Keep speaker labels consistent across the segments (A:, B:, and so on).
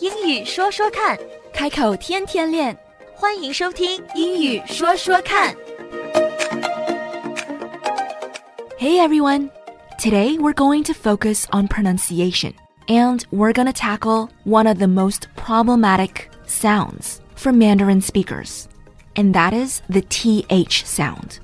A: 英语说说看，
B: 开口天天练。
A: 欢迎收听《英语说说看》。
B: Hey everyone! Today we're going to focus on pronunciation and we're going to tackle one of the most problematic sounds for Mandarin speakers, and that is the TH sound.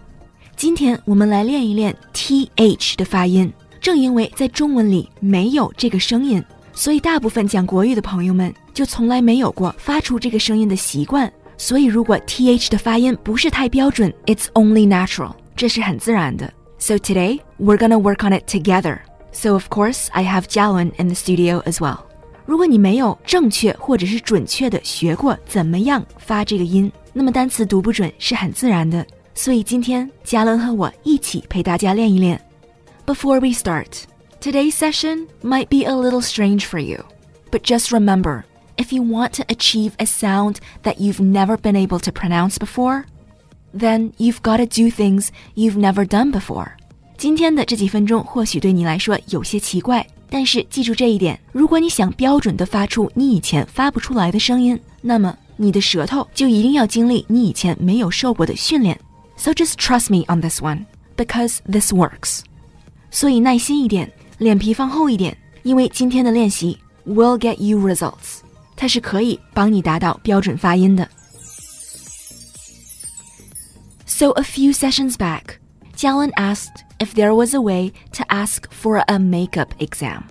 B: 今天我们来练一练 TH 的发音。正因为在中文里没有这个声音，所以大部分讲国语的朋友们就从来没有过发出这个声音的习惯。所以如果 th 的发音不是太标准，it's only natural，这是很自然的。So today we're gonna work on it together. So of course I have Jalwin in the studio as well. 如果你没有正确或者是准确的学过怎么样发这个音，那么单词读不准是很自然的。所以今天嘉伦和我一起陪大家练一练。Before we start, today's session might be a little strange for you, but just remember if you want to achieve a sound that you've never been able to pronounce before, then you've got to do things you've never done before. 今天的这几分钟或许对你来说有些奇怪，但是记住这一点：如果你想标准的发出你以前发不出来的声音，那么你的舌头就一定要经历你以前没有受过的训练。So just trust me on this one, because this works. 所以耐心一点，脸皮放厚一点，因为今天的练习 will get you results，它是可以帮你达到标准发音的。So a few sessions back, Jialin asked if there was a way to ask for a makeup exam.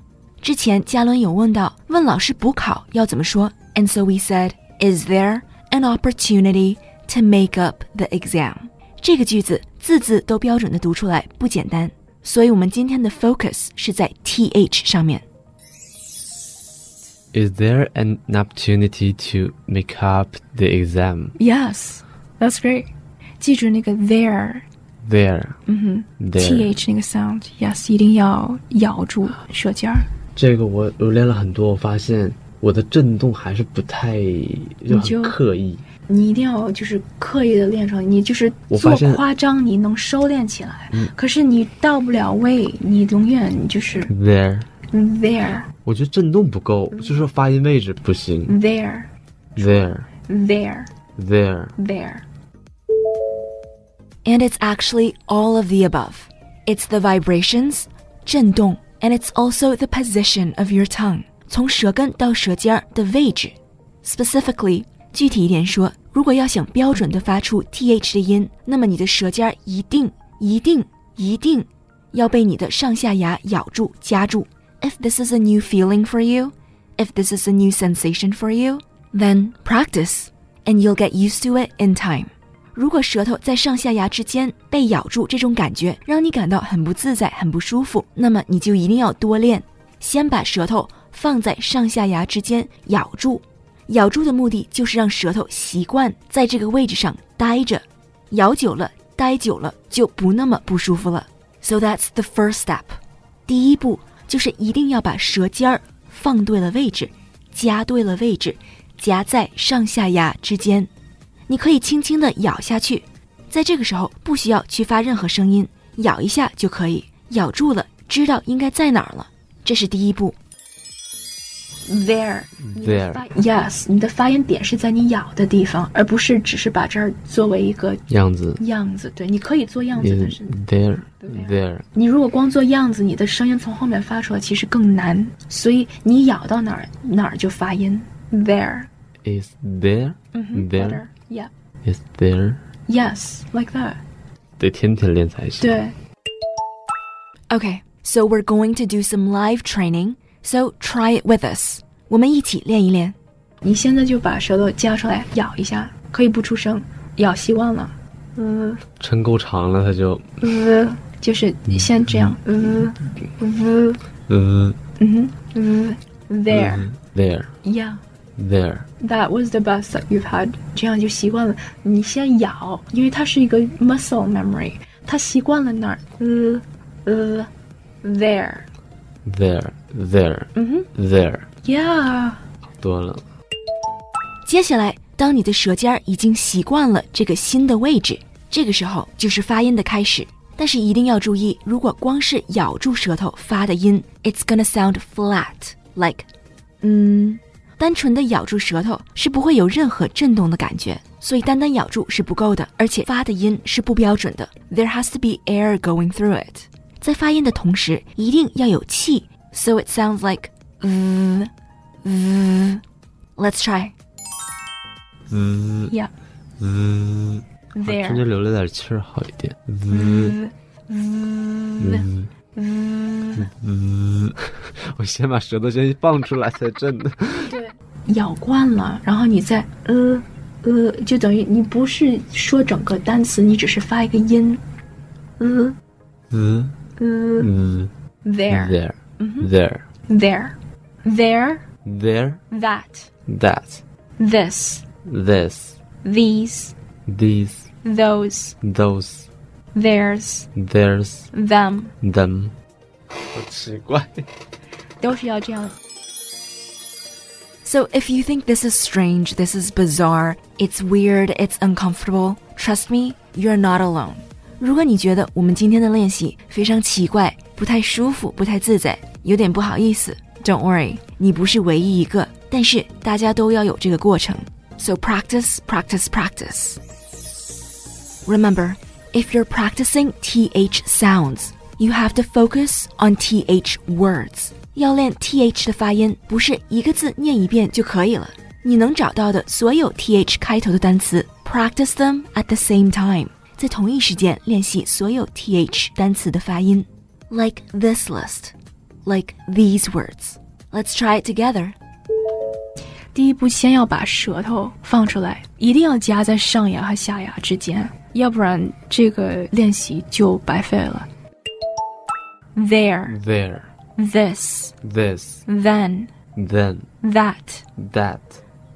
B: 之前嘉伦有问到，问老师补考要怎么说，and so we said, is there an opportunity to make up the exam？这个句子字字都标准的读出来不简单。所以我们今天的 focus 是在 th 上面。
C: Is there an opportunity to make up the exam?
D: Yes, that's great. 记住那个 there
C: There. Mm-hmm. There.
D: th 那个 sound. Yes，一定要咬住舌尖儿，
C: 这个我我练了很多，我发现我的震动还是不太就
D: 就
C: 很刻意。
D: 你一定要就是刻意的练成，你就是
C: 我嗯
D: 做
C: 发现
D: 夸张，你能收敛起来。可是你到不了位，你永远就是
C: There. 嗯
D: there
C: 我觉得震动不够，就是发音位置不
D: 嗯
C: 行。
D: there
C: There.
D: there
C: There.
D: there。
B: And it's actually all of the above. It's the vibrations, 震动, and it's also the position of your tongue. 从舌根到舌尖儿的位置。Specifically，具体一点说，如果要想标准的发出 th 的音，那么你的舌尖儿一定、一定、一定要被你的上下牙咬住、夹住。If this is a new feeling for you, if this is a new sensation for you, then practice, and you'll get used to it in time. 如果舌头在上下牙之间被咬住，这种感觉让你感到很不自在、很不舒服，那么你就一定要多练，先把舌头放在上下牙之间咬住。咬住的目的就是让舌头习惯在这个位置上待着，咬久了，待久了就不那么不舒服了。So that's the first step。第一步就是一定要把舌尖儿放对了位置，夹对了位置，夹在上下牙之间。你可以轻轻地咬下去，在这个时候不需要去发任何声音，咬一下就可以，咬住了，知道应该在哪儿了。这是第一步。
D: there 你的
C: There.
D: 发 yes，你的发音点是在你咬的地方，而不是只是把这儿作为一个
C: 样子。
D: 样子。对，你可以做样子，但
C: Is
D: 是啊
C: there. There.
D: 你如果光做样子，你的声音从后面发出来其实更难，所以你咬到哪儿哪儿就发音。There, 嗯
C: Is there. There.
D: there, yeah,
C: Is there.
D: yes, like that.
C: 得天天练才行。
D: 对
B: Okay, so we're going to do some live training. So try it with us. 我们一起练一练。
D: 你现在就把舌头夹出来咬一下，可以不出声，咬习惯了，嗯
C: 抻够长了，它就
D: 嗯，就是先这样，嗯嗯
C: 呃
D: 嗯嗯，there,
C: there
D: yeah.
C: there
D: That was the best that you've had。这样就习惯了。你先咬，因为它是一个 muscle memory，它习惯了那儿，呃呃，there。
C: there there
D: 嗯
C: there
D: 哼，yeah。
C: 多了。
B: 接下来，当你的舌尖儿已经习惯了这个新的位置，这个时候就是发音的开始。但是一定要注意，如果光是咬住舌头发的音，it's gonna sound flat，like 嗯，单纯的咬住舌头是不会有任何震动的感觉，所以单单咬住是不够的，而且发的音是不标准的。There has to be air going through it。在发音的同时，一定要有气。So it sounds like z z。Let's try。
C: 滋
D: Yeah.
C: 滋，
D: There.
C: 中间留了点气儿好一点。滋滋 滋，我先把舌头先放出来才震的。
D: 咬惯了，然后你再呃呃，就等于你不是说整个单词，你只是发一个音，呃
C: 滋
D: 呃
C: 滋
D: ，there
C: there there
D: there there
C: there
D: that
C: that
D: this
C: this
D: these
C: these
D: those
C: those
D: theirs
C: theirs
D: them
C: them，好奇怪。
D: 都是要这样
B: So if you think this is strange, this is bizarre, it's weird, it's uncomfortable, trust me, you're not alone. 如果你觉得我们今天的练习非常奇怪、不太舒服、不太自在，有点不好意思，Don't worry，你不是唯一一个，但是大家都要有这个过程。So practice, practice, practice. Remember, if you're practicing TH sounds, you have to focus on TH words. 要练 TH 的发音，不是一个字念一遍就可以了。你能找到的所有 TH 开头的单词，practice them at the same time，在同一时间练习所有 TH 单词的发音。Like this list, like these words. Let's try it together.
D: 第一步，先要把舌头放出来，一定要夹在上牙和下牙之间，要不然这个练习就白费了。There,
C: there
D: this,
C: this
D: then,
C: then
D: that,
C: that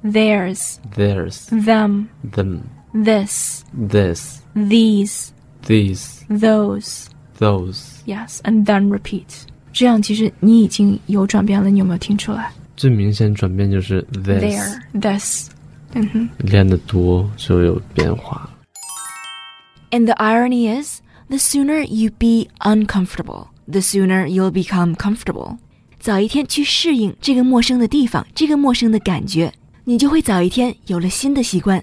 D: theirs,
C: theirs
D: them,
C: them
D: this,
C: this
D: these,
C: these
D: those,
C: those，
D: yes, and then repeat。这样其实你已经有转变了，你有没有听出来
C: 最明显转变就是 this
D: ？There, this，嗯哼。
C: 练得多就有变化。
B: And the irony is, the sooner you be uncomfortable, the sooner you'll become comfortable. 早一天去适应这个陌生的地方，这个陌生的感觉，你就会早一天有了新的习惯